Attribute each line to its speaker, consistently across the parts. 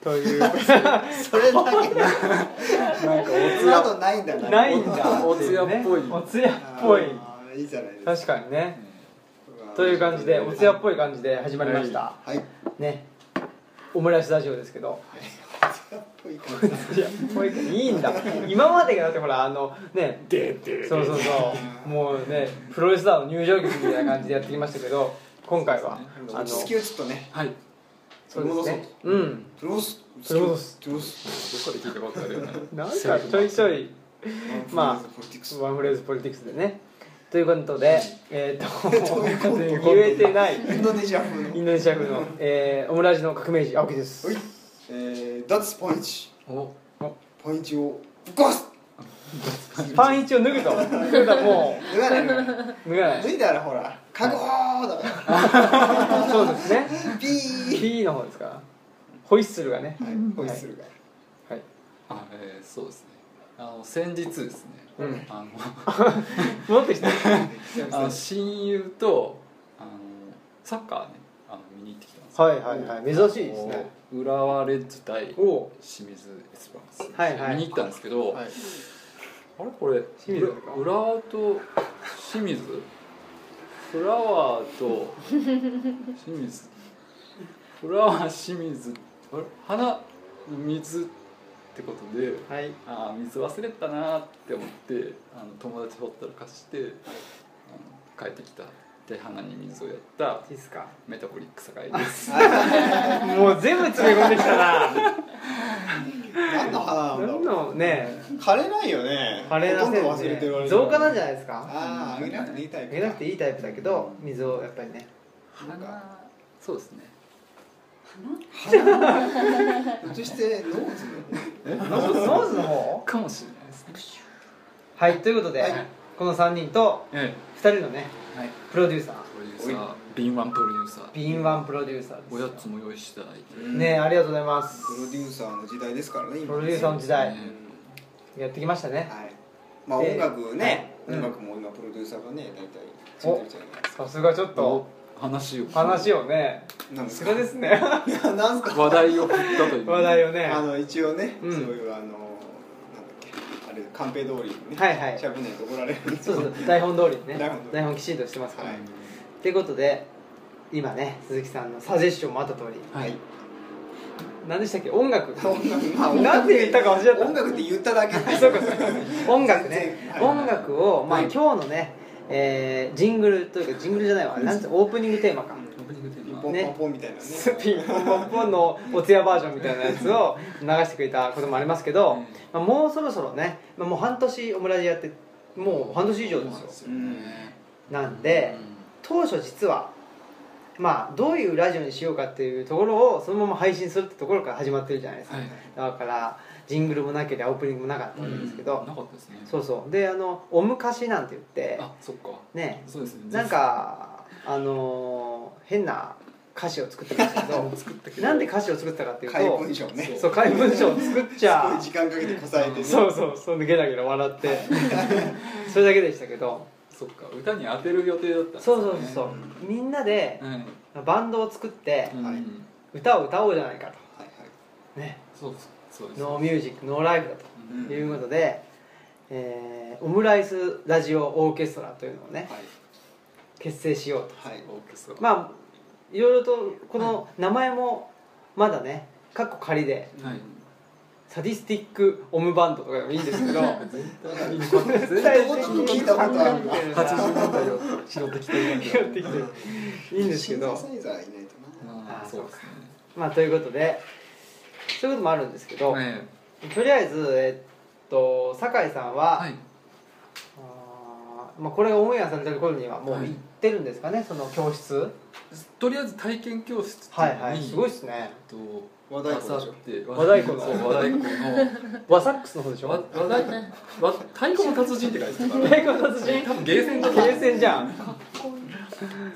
Speaker 1: という
Speaker 2: それだけな
Speaker 1: なんかお
Speaker 2: そ
Speaker 1: つ
Speaker 2: んな
Speaker 1: や
Speaker 2: ことないんだから
Speaker 1: ないんだ
Speaker 3: おつやっぽい
Speaker 1: てうねおつやっぽい
Speaker 2: あーいいじゃないですか
Speaker 1: 確かにね
Speaker 2: うん
Speaker 1: という感じでおつやっぽい感じで始まりました
Speaker 2: はいお
Speaker 1: ねオムライスラジオですけど
Speaker 2: つやっぽい感じだ
Speaker 1: いやもういいんだ今までがだってほらあのね
Speaker 3: でで
Speaker 1: そうそうそうもうねプロレスラーの入場曲みたいな感じでやってきましたけど今回はあの
Speaker 2: 地球ちょっとね
Speaker 3: はいど
Speaker 1: そうですねうん
Speaker 2: プロス
Speaker 1: プロス
Speaker 2: プロス
Speaker 3: っかで聞いたことあるよね
Speaker 1: なんかちょいちょいまあ
Speaker 2: プロスポリティクス
Speaker 1: ワンフレーズポリティクスでねということでえっ、
Speaker 2: どういうこと
Speaker 1: と言えてない
Speaker 2: インドネシア風の
Speaker 1: インドネシア風の、えー、オムラジの革命児青木です
Speaker 2: はいえー脱ポンチ
Speaker 3: お
Speaker 2: ポンチをぶっ壊す
Speaker 1: パン一を脱ぐと脱ぐとも
Speaker 2: 脱がないのよ
Speaker 1: う脱がな
Speaker 2: 脱
Speaker 1: い
Speaker 2: いだらほら覚悟だか
Speaker 1: そうですね
Speaker 2: らピー
Speaker 1: P の方ですからホイッスルがね
Speaker 2: はいホイッスルが
Speaker 1: はい
Speaker 3: あえー、そうですねあの先日ですね、
Speaker 1: うん
Speaker 3: あの
Speaker 1: 戻ってきた
Speaker 3: あの親友とあのサッカーねあの見に行ってきたんですよ
Speaker 1: はいはいはい珍しいですね
Speaker 3: 浦和レッズ対
Speaker 1: おお
Speaker 3: 清水エスパルス、
Speaker 1: はいはい
Speaker 3: 見に行ったんですけど、
Speaker 2: はい
Speaker 3: あれこれ
Speaker 1: 清水か
Speaker 3: 浦和と清水フラワーと清水フラワー清水あれ花水ってことで
Speaker 1: はい
Speaker 3: ああ水忘れたなーって思ってあの友達ほったらかしてあの帰ってきた手花に水をやった
Speaker 1: いいっすか
Speaker 3: メタボリック酒井 です
Speaker 1: もう全部詰め込んできたな
Speaker 2: 何の花な
Speaker 1: 何
Speaker 2: んだろ
Speaker 1: のね
Speaker 2: う枯れないよね
Speaker 1: カレーな
Speaker 2: ほ
Speaker 1: せい
Speaker 2: とんど忘れてるわ
Speaker 1: で
Speaker 2: れ
Speaker 1: 増加なんじ
Speaker 2: ゃ
Speaker 1: ゃないですか
Speaker 2: あああげなくていいタイプ
Speaker 1: あげなくていいタイプだけど水をやっぱりね
Speaker 3: 花そうですね
Speaker 2: そしてノーズの
Speaker 1: ノーズの方
Speaker 3: かもしれないですね
Speaker 1: はいということで、
Speaker 2: はい
Speaker 1: この3人と
Speaker 3: え
Speaker 1: 2人のね
Speaker 3: えはい
Speaker 1: プロデューサー
Speaker 3: プロデューサー敏腕プロデューサー
Speaker 1: 敏腕プロデューサーです
Speaker 3: おやつも用意していただいて
Speaker 2: 方
Speaker 1: ねありがとうございます
Speaker 2: プロデューサーの時代ですからね
Speaker 1: プ
Speaker 2: 今
Speaker 1: ロデューサーの時代
Speaker 3: ね
Speaker 1: やってきましたね
Speaker 2: はいまあ
Speaker 1: で
Speaker 2: 音楽ね
Speaker 1: うん
Speaker 2: 音楽も今プロデューサーがね大体ついてるじゃないですか
Speaker 1: さすがちょっと
Speaker 3: と話を
Speaker 1: 話をね
Speaker 2: なん
Speaker 1: さすがですね
Speaker 2: かなんすか
Speaker 3: 話題を振ったという
Speaker 1: 話題をね
Speaker 2: あの一応ね、
Speaker 1: うん
Speaker 2: そういうあのなんだっけあれカンペ通りにね、
Speaker 1: はいはい
Speaker 2: しゃべんないと怒られるんです
Speaker 1: そ
Speaker 2: よ
Speaker 1: うそう台本通りにね
Speaker 2: 台本通り
Speaker 1: 台本きちんとしてますから、
Speaker 2: はい
Speaker 1: ってことで今ね鈴木さんのサジェッションもあった通り
Speaker 3: はい
Speaker 1: 何でしたっけ音 楽
Speaker 2: 音楽まあ
Speaker 1: なんで言ったか忘れちゃった
Speaker 2: 音楽って言っただけ で
Speaker 1: そうかそうか音楽ね
Speaker 2: 全然はい
Speaker 1: 音楽を、まあ、
Speaker 2: はい
Speaker 1: 今日のね、えージングルというかジングルじゃないわなんてオープニングテーマか
Speaker 3: オープニングテ
Speaker 2: ピン
Speaker 3: ーマ
Speaker 2: ポンポンポンみたいなね
Speaker 1: スピンポンポンポンのおつやバージョンみたいなやつを流してくれたこともありますけど、
Speaker 3: うん
Speaker 1: まあ、もうそろそろね、まあ、もう半年オムラジやってもう半年以上ですよ
Speaker 3: そうなんですよね
Speaker 1: なんで当初実はまあどういうラジオにしようかっていうところをそのまま配信するってところから始まってるじゃないですか、
Speaker 3: はい
Speaker 1: だからジングルもなければオープニングもなかった
Speaker 3: うんん
Speaker 1: ですけど、
Speaker 3: なかったですね
Speaker 1: そうそうであの「お昔」なんて言って
Speaker 3: あそっか
Speaker 1: ね
Speaker 3: そうですね
Speaker 1: なんかあのー変な歌詞を作ってたんですけど
Speaker 3: 作ったけど
Speaker 1: なんで歌詞を作ったかっていうと
Speaker 2: 解文書ね
Speaker 1: そう怪文書を作っち
Speaker 2: すご
Speaker 1: ゃ
Speaker 2: い時間かけてこさえてね
Speaker 1: そうそうそんでゲラゲラ笑って それだけでしたけど
Speaker 3: そっか歌に当てる予定だったんですね
Speaker 1: そうそうそうそうみんなで
Speaker 3: はい
Speaker 1: バンドを作って
Speaker 3: うん
Speaker 2: はい
Speaker 1: 歌を歌おうじゃないか
Speaker 2: はいはい
Speaker 1: とね
Speaker 3: そうそうそうです
Speaker 1: ノーミュージックノーライブだと
Speaker 3: うん
Speaker 1: いうことで、えーオムライスラジオオーケストラというのをね結成しようと
Speaker 2: はいはい
Speaker 3: オーケストラ
Speaker 1: まあいろいろとこの名前もまだねかっこ仮で
Speaker 3: はい
Speaker 1: サディスティックオムバンドとかでもいいんです けど
Speaker 3: 全
Speaker 2: 対
Speaker 3: 体
Speaker 2: 的に聞いたことあるな
Speaker 3: 80年代を拾ってきてるんだ
Speaker 1: 拾ってきてるいいんですけど
Speaker 2: シンセサイザーいないとな
Speaker 3: まあそうですね
Speaker 1: まあということでそういうこともあるんですけど、
Speaker 3: え
Speaker 1: とりあえずえっと酒井さん
Speaker 3: え
Speaker 1: は、
Speaker 3: はい
Speaker 1: あーまあ、これがオンエアされてる頃にはもう行ってるんですかね、その教室
Speaker 3: とりあえず体験教室って
Speaker 1: は
Speaker 3: う
Speaker 1: い
Speaker 3: の
Speaker 1: はい
Speaker 3: に
Speaker 1: すごいっすね
Speaker 3: えっと
Speaker 2: 和太鼓でしょ
Speaker 3: でしょ
Speaker 1: 和太鼓の
Speaker 3: 和太鼓の
Speaker 1: 和サックスの方でしょ
Speaker 3: わ和太鼓わ太鼓の達人って書いてたから
Speaker 1: 太鼓の達人
Speaker 3: 多分ゲーセンだと
Speaker 1: ゲ
Speaker 3: 思う
Speaker 1: ーセンじゃん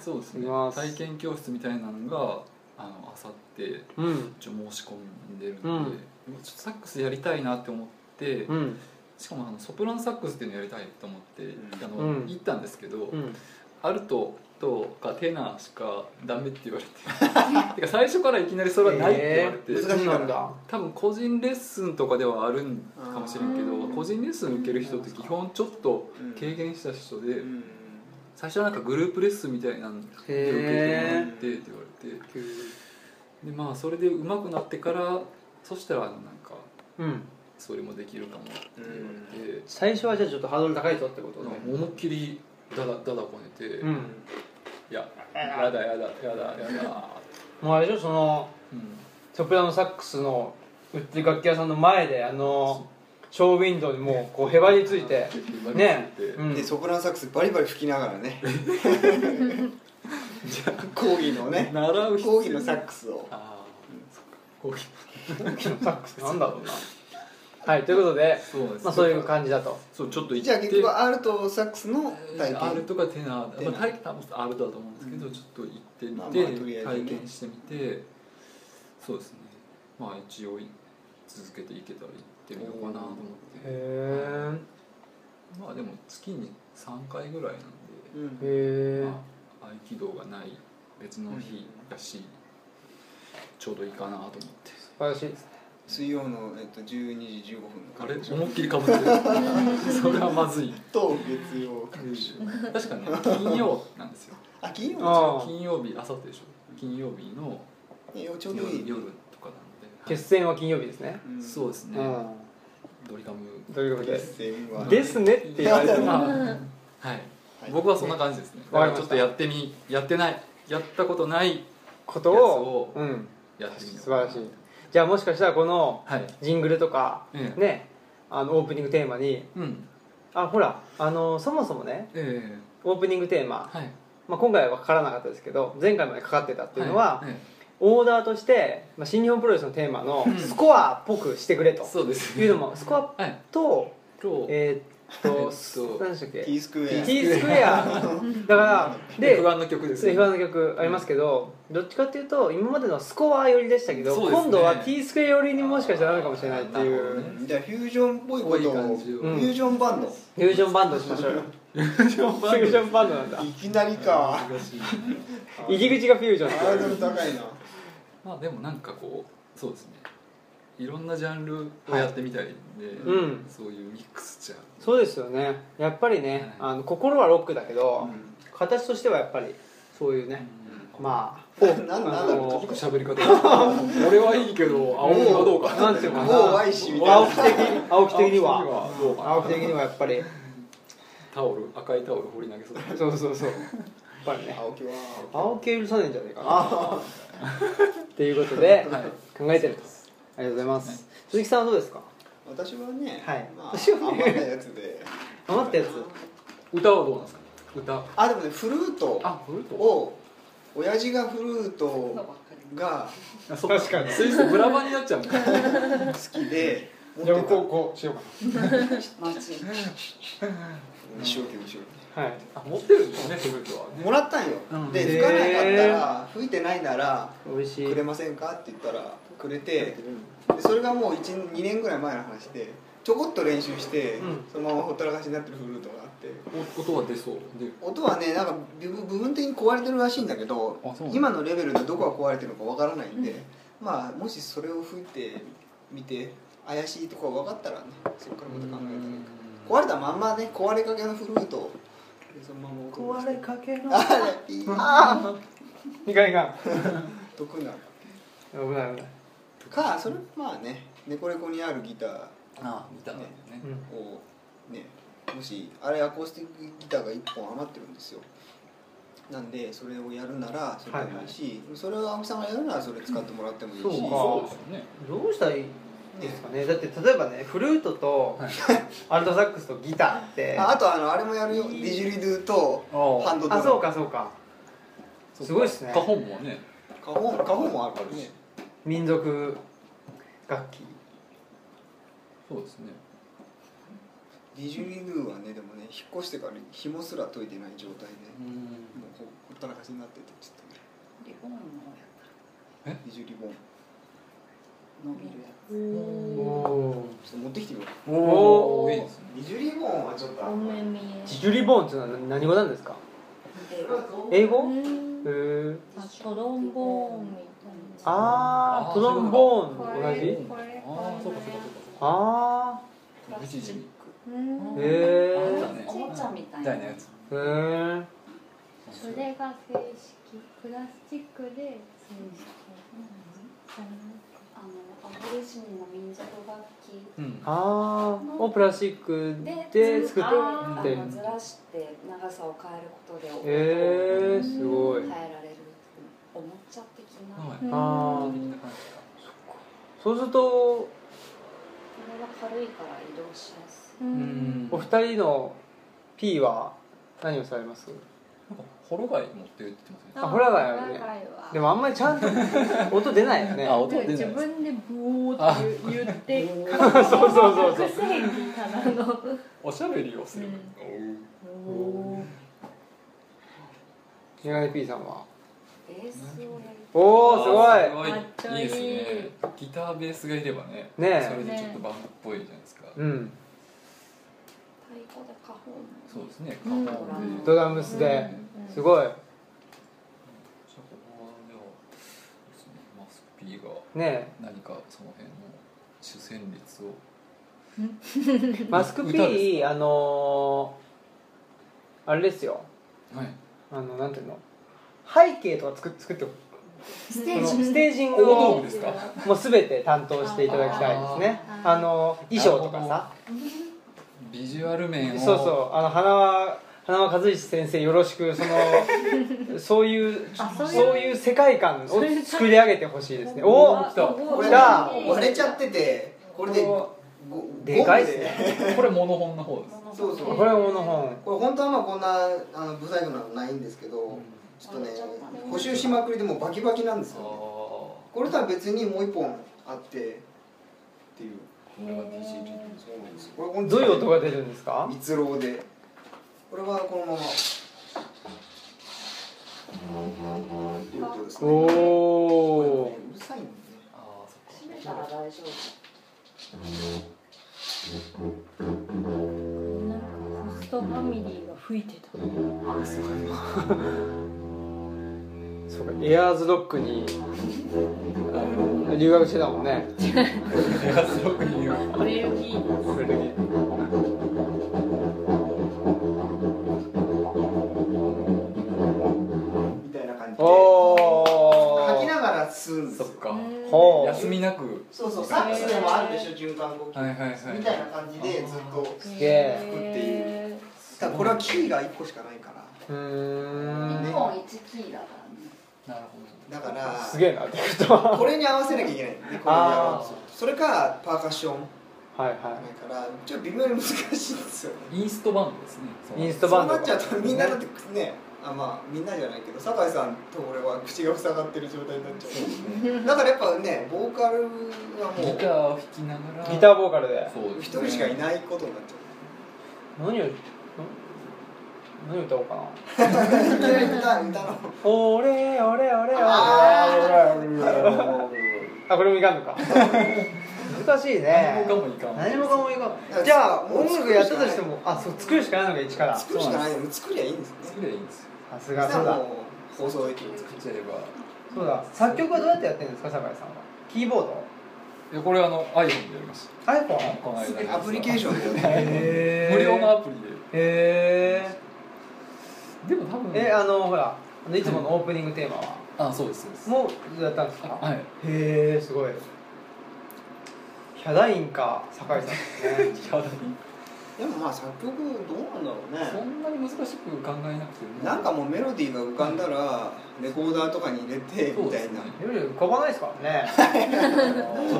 Speaker 3: そうです
Speaker 1: い
Speaker 3: ね
Speaker 1: ます
Speaker 3: 体験教室みたいなのがあのあさって
Speaker 1: うん
Speaker 3: 一応申し込んでるんで、
Speaker 1: うん
Speaker 3: でもちょっとサックスやりたいなって思って、
Speaker 1: うん
Speaker 3: しかもあのソプラノサックスっていうのやりたいと思って、
Speaker 2: うん
Speaker 3: あの
Speaker 1: うん
Speaker 3: 行ったんですけど、
Speaker 1: うん
Speaker 3: アルトとかテナーしかダメって言われてて か最初からいきなりそれはないって言われて、
Speaker 1: えー
Speaker 2: 難しいか
Speaker 1: そ
Speaker 2: ら
Speaker 1: うなんだ
Speaker 3: 多分個人レッスンとかではあるんかもしれんけ
Speaker 2: あ
Speaker 3: ど
Speaker 2: ー
Speaker 3: 個人レッスン受ける人って基本ちょっと経験した人で、
Speaker 2: うん
Speaker 3: 最初はなんかグループレッスンみたいなので受けてもらってって言われてでまあそれで上手くなってからそしたらなんか
Speaker 1: うん
Speaker 3: それもできるかもって言われて、
Speaker 1: 最初はじゃあちょっとハードル高いぞってことね
Speaker 3: 思いっきりダダダダこねて、
Speaker 1: うん
Speaker 3: いややだやだやだやだ、
Speaker 1: もうあれでしょその
Speaker 3: うん、
Speaker 1: ソプラノサックスの売ってる楽器屋さんの前であのショーウィンドウにもうこうへばりついてね
Speaker 3: へばりついて
Speaker 1: うん
Speaker 2: でソプラノサックスバリバリ吹きながらね
Speaker 3: じゃあ
Speaker 2: 講義の ね
Speaker 3: 習う必要
Speaker 2: 講義のサックスを
Speaker 3: ああそっか講義
Speaker 1: 楽器のサックスなんだろうなはいということで
Speaker 3: そうです
Speaker 1: まあそういう感じだと
Speaker 3: そうちょっと行って
Speaker 2: じゃあ結局は R とサックスの体験
Speaker 3: アルとかテナー
Speaker 2: テナー
Speaker 3: まあ、体験多分アルだと思うんですけど、
Speaker 2: うん
Speaker 3: ちょっと行ってみて、
Speaker 2: まあまあとりあえずね
Speaker 3: 体験してみてそうですねまあ一応続けていけたら行ってみようかなと思って
Speaker 1: へ
Speaker 3: まあでも月に3回ぐらいなんで、
Speaker 2: うん
Speaker 1: えへえ
Speaker 3: まあ、合気道がない別の日だし、ちょうどいいかなと思って
Speaker 1: 素晴らしいですね
Speaker 2: 水曜の、えっと、12時15分の
Speaker 3: あ
Speaker 2: 回
Speaker 3: れ
Speaker 2: でしょ
Speaker 3: 思いっきりか ぶってるそれはまずい
Speaker 2: と月曜各週
Speaker 3: 確かね金曜なんですよ
Speaker 2: あ金曜
Speaker 1: あ
Speaker 2: の
Speaker 1: ー
Speaker 3: 金曜日あさってでしょ金曜日の
Speaker 2: ねちょう
Speaker 3: 夜
Speaker 2: どいい
Speaker 3: 夜とかなので、
Speaker 1: 決戦は金曜日ですね
Speaker 2: うん
Speaker 3: そうですね、
Speaker 1: う
Speaker 3: ドリカム
Speaker 1: んということで
Speaker 2: 決戦は
Speaker 1: んですねって言われても
Speaker 3: まあ
Speaker 4: う
Speaker 3: はい
Speaker 4: ん、
Speaker 2: はい
Speaker 3: 僕はそんな感じですねだ
Speaker 1: わ
Speaker 3: か
Speaker 1: かりま
Speaker 3: らち
Speaker 1: し
Speaker 3: ょったとやってみやってないやったことない
Speaker 1: こと
Speaker 3: やつ
Speaker 1: を
Speaker 3: を
Speaker 1: うん
Speaker 3: やってみよう
Speaker 1: 素晴らしいじゃあもしかしたらこの
Speaker 3: はい
Speaker 1: ジングルとか
Speaker 3: ええ
Speaker 1: ねあのオープニングテーマに
Speaker 3: うん
Speaker 1: あほらあのそもそもね
Speaker 3: え
Speaker 1: オープニングテー
Speaker 3: え
Speaker 1: マ、
Speaker 3: はい
Speaker 1: まあ、今回はかからなかったですけど前回までかかってたっていうのは、
Speaker 3: いえ
Speaker 1: オーダーとして、まあ、新日本プロレスのテーマの
Speaker 3: うん
Speaker 1: スコアっぽくしてくれ
Speaker 3: え
Speaker 1: と
Speaker 3: そうです
Speaker 1: いうのもスコア
Speaker 3: はい
Speaker 1: と
Speaker 3: 今日、
Speaker 1: えーっと
Speaker 3: えっと
Speaker 1: 何でしたっけ
Speaker 2: T
Speaker 1: T
Speaker 2: スクエア
Speaker 1: スクエアだからで
Speaker 3: F1 の曲です
Speaker 1: そう F1 の曲ありますけど、どっちかっていうと今までのスコア寄りでしたけど、
Speaker 3: そうですね
Speaker 1: 今度は T スクエア寄りにもしかしたらなるかもしれないってい
Speaker 3: なるほど
Speaker 1: う
Speaker 3: ね
Speaker 2: じゃあフュージョンっぽいこ
Speaker 3: こうい
Speaker 2: と
Speaker 3: う感
Speaker 2: を
Speaker 3: じを、
Speaker 1: うん
Speaker 2: フュージョンバンド、
Speaker 1: フュージョンバンドしましょうよフュージョンバンドなんだ
Speaker 2: いきなりか
Speaker 3: 難しい
Speaker 1: 入り口がフュージョン
Speaker 2: ハー
Speaker 1: って
Speaker 2: ド
Speaker 1: い
Speaker 2: ル
Speaker 1: う
Speaker 2: 高いな
Speaker 3: まあでもなんかこうそうですねいろんなジャンルをやってみたいんで、
Speaker 1: うん
Speaker 3: そういうミックスチャー
Speaker 1: そうですよねやっぱりね、
Speaker 3: はい
Speaker 1: あの心はロックだけど、
Speaker 2: ん
Speaker 1: 形としてはやっぱりそういうね、
Speaker 3: あ
Speaker 1: ま あ
Speaker 2: なんなん
Speaker 1: あ
Speaker 2: だろう
Speaker 1: の
Speaker 3: 喋り方俺はいいけど青木はどうか
Speaker 1: なんていうかな
Speaker 2: もうワイシみたいな
Speaker 1: 青木的に青木的には
Speaker 3: どうか
Speaker 1: 青木的にはやっぱり
Speaker 3: タオル赤いタオル放り投げそうだね
Speaker 1: そうそうそうやっぱりね
Speaker 2: 青木は
Speaker 1: 青木は許さねえんじゃねえかな っていうことで
Speaker 3: はい
Speaker 1: 考えてるとありがとうございます鈴木さんはどうですか
Speaker 2: 私はね、
Speaker 1: はい
Speaker 2: まあ
Speaker 1: 私はね
Speaker 2: 余ったやつで
Speaker 1: 余ったやつ
Speaker 3: 歌はどうなんですか歌
Speaker 2: あでもねフルート
Speaker 3: あフルート
Speaker 2: を親父がフルートが
Speaker 3: あそっか
Speaker 1: 確かに
Speaker 3: 水素ブラバンになっちゃうもん
Speaker 2: 好きで持ってた
Speaker 1: こうしようか
Speaker 2: 一生懸命一生懸
Speaker 1: なはい
Speaker 3: あ持ってるんですねフルートは
Speaker 2: 命
Speaker 3: ね
Speaker 2: もらったんよ、
Speaker 3: うん
Speaker 2: で
Speaker 1: へ
Speaker 2: 吹
Speaker 1: ー
Speaker 2: かなかったら吹いてないなら
Speaker 1: 美味しい
Speaker 2: くれませんかって言ったらくれて
Speaker 1: うん
Speaker 2: でそれがもう1 2年ぐらい前の話でちょこっと練習して、
Speaker 1: うん
Speaker 2: そのままほったらかしになってるフルートがあって
Speaker 3: お音は出そうで
Speaker 2: 音はねなんか部分部分的に壊れてるらしいんだけど
Speaker 3: あそうなんだ
Speaker 2: 今のレベルでどこが壊れてるのかわからないんで、まあもしそれを吹いてみて怪しいとこが分かったらねそこからまた考えたらいいか壊れたまんまね壊れかけのフルートをそのまま音を出して
Speaker 1: かけの
Speaker 2: あれピーあ
Speaker 1: いかんいかん
Speaker 2: ー毒になる
Speaker 1: 危ない危ない
Speaker 2: かそれまあねネコレコにあるギター
Speaker 3: あ見たんだよね
Speaker 1: うん
Speaker 2: をねもしあれアコースティックギターが1本余ってるんですよなんでそれをやるならそれでもいいし、それを青木さんがやるならそれ使ってもらってもいいし、
Speaker 1: そうか
Speaker 3: そうですよね
Speaker 1: どうしたらいいですかねだって例えばねフルートと
Speaker 3: はい
Speaker 1: アルトサックスとギターって
Speaker 2: ああとあのあれもやるよディジュリドゥとハンドドラ
Speaker 1: あそうかそうかすごいっすね
Speaker 3: カホンもね
Speaker 2: カホンカホンもあるからね
Speaker 1: 民族楽器
Speaker 3: そうですね
Speaker 2: ディジュリドゥはねでもね引っ越してから紐すら解いてない状態で、
Speaker 3: うん
Speaker 2: もうほほったらかしになっててちょっとね
Speaker 4: リボンのやった
Speaker 2: ディジュリボンちょ
Speaker 4: ら伸びるや
Speaker 1: お
Speaker 4: つ
Speaker 2: っと持ってきてみよう
Speaker 1: お
Speaker 3: お
Speaker 1: お
Speaker 3: ー
Speaker 1: ー
Speaker 3: いいですね
Speaker 2: ディジュリボンはちょっと
Speaker 4: お目見え
Speaker 1: ジュリボーンっていうのは何語なんですか
Speaker 4: え英語
Speaker 1: 英
Speaker 5: う
Speaker 1: 語へ
Speaker 5: ん
Speaker 1: え
Speaker 5: あトロンボーンみたいな
Speaker 1: あ
Speaker 3: あ
Speaker 1: あトロンボ
Speaker 5: こ
Speaker 1: ーン同
Speaker 5: れ
Speaker 1: じ
Speaker 5: これ
Speaker 3: ああそうかそうかそうか
Speaker 1: あ
Speaker 3: そうか無事時に
Speaker 5: うん
Speaker 1: あへ
Speaker 3: あっ
Speaker 1: え
Speaker 3: たね
Speaker 4: おもちゃみたい
Speaker 3: み
Speaker 4: な
Speaker 3: たいなやつ
Speaker 1: へえ
Speaker 5: それが正式プラスチックで正式
Speaker 4: あのアボリジニの民族楽器
Speaker 3: うん
Speaker 1: ああをプラスチックで作っ
Speaker 4: あ
Speaker 1: てって
Speaker 4: のずらして長さを変えることで音を
Speaker 1: えー、すごい
Speaker 4: 変えられるおもちゃ的な、
Speaker 3: はい
Speaker 5: うん
Speaker 1: あ
Speaker 3: 的な感じか
Speaker 1: そうすると
Speaker 4: これは軽いから移動しやす
Speaker 3: う
Speaker 4: い
Speaker 3: ん
Speaker 1: お二人の P は何をされます
Speaker 3: なんかホロガイ持ってるって言ってま
Speaker 1: あホラガイはねでもあんまりちゃんと音出ないよ
Speaker 3: すね
Speaker 1: ね
Speaker 3: あ音出ない
Speaker 5: 自
Speaker 3: です
Speaker 5: 分でブオーって言って
Speaker 1: そうそうそうそう
Speaker 5: 不正義かなの
Speaker 3: おしゃべりをする
Speaker 5: うん
Speaker 1: おーメガネ P さんは
Speaker 4: ベースをやりたい
Speaker 1: おおすごい
Speaker 5: かっちょいい
Speaker 3: いいですねギターベースがいればね
Speaker 1: ねえ
Speaker 3: それでちょっとバンドっぽいじゃないですか
Speaker 1: うん
Speaker 4: 太鼓で花本
Speaker 3: そうですねカ
Speaker 5: うん
Speaker 3: ホーンで
Speaker 1: ドラムスで
Speaker 5: うん
Speaker 1: すごい
Speaker 3: ちょっとここではですねマスピーが
Speaker 1: ね
Speaker 3: 何かその辺の主旋律を
Speaker 1: えマスク
Speaker 3: 歌で
Speaker 1: P あのー、あれですよ
Speaker 3: はい
Speaker 1: あのなんていうの背景とか作っ作って
Speaker 4: ス
Speaker 1: そ
Speaker 4: テー
Speaker 1: の
Speaker 4: ジ
Speaker 1: ステージング
Speaker 3: 大道具
Speaker 1: を
Speaker 3: ですか
Speaker 1: もう全て担当していただきたいですね
Speaker 5: あー
Speaker 1: あの衣装とかさ
Speaker 3: ビジュアル面を
Speaker 1: そうそうあの花輪花輪和一先生よろしくそのそういう
Speaker 5: あ
Speaker 1: そう
Speaker 5: そういう
Speaker 1: いう世界観を作り上げてほしいですねおお
Speaker 3: 来た
Speaker 5: こ
Speaker 2: これ
Speaker 1: 来た
Speaker 2: が割れちゃっててこれでご
Speaker 1: でかいっす
Speaker 2: ゴム
Speaker 1: ね
Speaker 3: これモノ本の方です
Speaker 2: そうそう
Speaker 1: これもの本
Speaker 2: これ本当はまあこんなあのブサイクなのないんですけど、ちょっとね補修しまくりでもうバキバキなんです
Speaker 3: ああ
Speaker 2: よこれとは別にもう一本あってっていう
Speaker 3: これは DJ リーグ
Speaker 2: そうなんですよこれ本
Speaker 1: どういう音が
Speaker 2: 出
Speaker 1: 出るんですか
Speaker 2: 蜜ろうでこれはこのままっていう音です
Speaker 1: お
Speaker 2: ね
Speaker 1: お
Speaker 2: うるさいんで
Speaker 3: ああそ
Speaker 4: 閉
Speaker 3: っか
Speaker 4: めたら大丈夫
Speaker 5: なんかホストファミリーが吹いてた
Speaker 1: そうかエアーズロックに留学してたもんね
Speaker 3: いやすごくいいよ
Speaker 5: ベルギー
Speaker 1: それで
Speaker 2: みたいな感じで
Speaker 1: お
Speaker 2: 吐き
Speaker 1: お
Speaker 2: ながら吸うんです
Speaker 3: そ
Speaker 2: よ
Speaker 3: っか
Speaker 5: うん
Speaker 1: ほう
Speaker 3: 休みなく
Speaker 2: そうそうサックスでもあるでしょ循環呼
Speaker 3: はいはいは
Speaker 2: 吸
Speaker 3: い
Speaker 2: みたいな感じでずっと
Speaker 1: すげえ
Speaker 5: へ
Speaker 2: ただこれはキーが1個しかないから
Speaker 1: うーん
Speaker 4: 1本1キーだからね
Speaker 3: なるほ
Speaker 2: だから
Speaker 1: すげえなってことは
Speaker 2: これに合わせなきゃいけないんだよねこれに合わせるそれかパーカッション
Speaker 1: はい
Speaker 2: だ
Speaker 1: は
Speaker 2: からちょっと微妙に難しいんです よね
Speaker 3: どインストバンドですねその
Speaker 1: インスト
Speaker 2: そ
Speaker 1: バ
Speaker 2: う
Speaker 1: ンド
Speaker 2: なっちゃうとみんなだってねあまあみんなじゃないけど酒井さんと俺は口が塞がってる状態になっち ゃうだからやっぱねボーカルは
Speaker 3: ギタ
Speaker 2: も
Speaker 3: ーを弾きながら
Speaker 1: ギターボーカルで
Speaker 3: そう
Speaker 2: う
Speaker 3: です
Speaker 2: 一
Speaker 3: ね
Speaker 2: 人しかいないことになっちゃ う
Speaker 1: 何をん何歌おうかな
Speaker 2: 歌歌の
Speaker 1: オレオレオレオレ
Speaker 2: あ
Speaker 1: あこれもいかんのか難しいね
Speaker 3: 何もかもいかん
Speaker 1: 何もかもいかん
Speaker 2: ん
Speaker 1: じゃあ
Speaker 2: もう
Speaker 1: 音楽やったとしてもあそう作るしかないのが一からさ
Speaker 2: 作るしかないの作りゃいいんですよね
Speaker 3: 作りゃいいんですよ
Speaker 1: すがそうだ
Speaker 2: もう放送できる
Speaker 3: 作っちゃえば
Speaker 1: そうだ作曲はどうやってやってるんですか酒井さんはキーボード
Speaker 3: いやこれあの iPhone でやりまし
Speaker 1: iPhone
Speaker 3: たこの間
Speaker 2: アプリケーションだよね
Speaker 1: へ
Speaker 3: 無料のア
Speaker 1: へ
Speaker 3: プリで
Speaker 1: え
Speaker 3: でも多分
Speaker 1: えあのほらあのいつものオープニングテーマは
Speaker 3: あそうですそうです
Speaker 1: もうやったんですか
Speaker 3: はい
Speaker 1: へえすごいヒャダインか酒井さんですね
Speaker 3: いや
Speaker 2: でもまあ作曲どうなんだろうね
Speaker 3: そんなに難しく考えなくても
Speaker 2: なんかもうメロディーが浮かんだらレコーダーとかに入れてみたいな、
Speaker 1: より浮かばないですからね
Speaker 3: 酒
Speaker 1: 井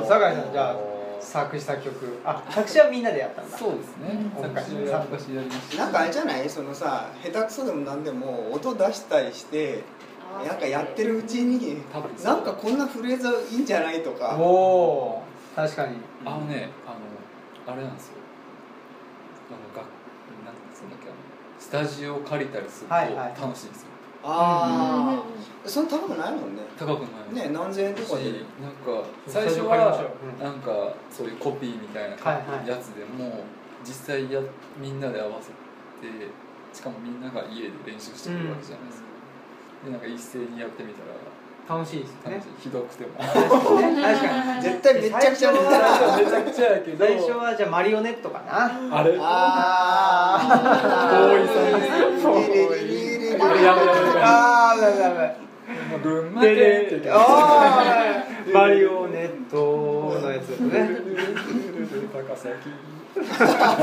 Speaker 1: さんじゃあ作詞作曲あ作詞はみんなでやったんだ
Speaker 3: そうですね
Speaker 1: うん
Speaker 3: 作詞
Speaker 1: 作
Speaker 3: 作詞やりました
Speaker 2: なんかあれじゃないそのさ下手くそでもなんでも音出したりして
Speaker 4: 合わせ
Speaker 2: なんかやってるうちに
Speaker 3: 多分そう
Speaker 2: なんかこんなフレーズいいんじゃないと
Speaker 1: お
Speaker 2: か
Speaker 1: おー確かに
Speaker 3: あのねあのあれなんですよあのがなんつうんだっけあのスタジオ借りたりすると
Speaker 1: はいはい
Speaker 3: 楽しいんですよ
Speaker 2: ああそんな高くないもんね
Speaker 3: 高くない
Speaker 2: ね何千円と
Speaker 3: し
Speaker 2: かで
Speaker 3: なんか
Speaker 1: 最
Speaker 3: 最
Speaker 1: 初
Speaker 3: 初
Speaker 1: 借りましょ
Speaker 3: は
Speaker 1: ううん
Speaker 3: なんかそういうコピーみたいな
Speaker 1: はいはい
Speaker 3: やつでも実際やみんなで合わせてしかもみんなが家で練習してくるわけじゃないですか、でなんか一斉にやってみたら
Speaker 1: 楽しいです
Speaker 3: 楽
Speaker 1: ね
Speaker 3: しいひどく ても
Speaker 1: 確かにね確かに
Speaker 2: 絶対めちゃくち
Speaker 1: 最
Speaker 2: ゃ似
Speaker 1: 初
Speaker 2: た
Speaker 1: は
Speaker 3: めちゃくちゃやけど
Speaker 1: 最初はじゃあマリオネットかな
Speaker 3: あれ
Speaker 2: あ
Speaker 3: ボーイさんですよ
Speaker 2: あ
Speaker 3: やめやめやめ
Speaker 1: あーだめだめ
Speaker 3: もう群馬
Speaker 1: で
Speaker 3: 県
Speaker 1: で
Speaker 3: って言って
Speaker 1: あーマリオネットのやつですね
Speaker 3: 高崎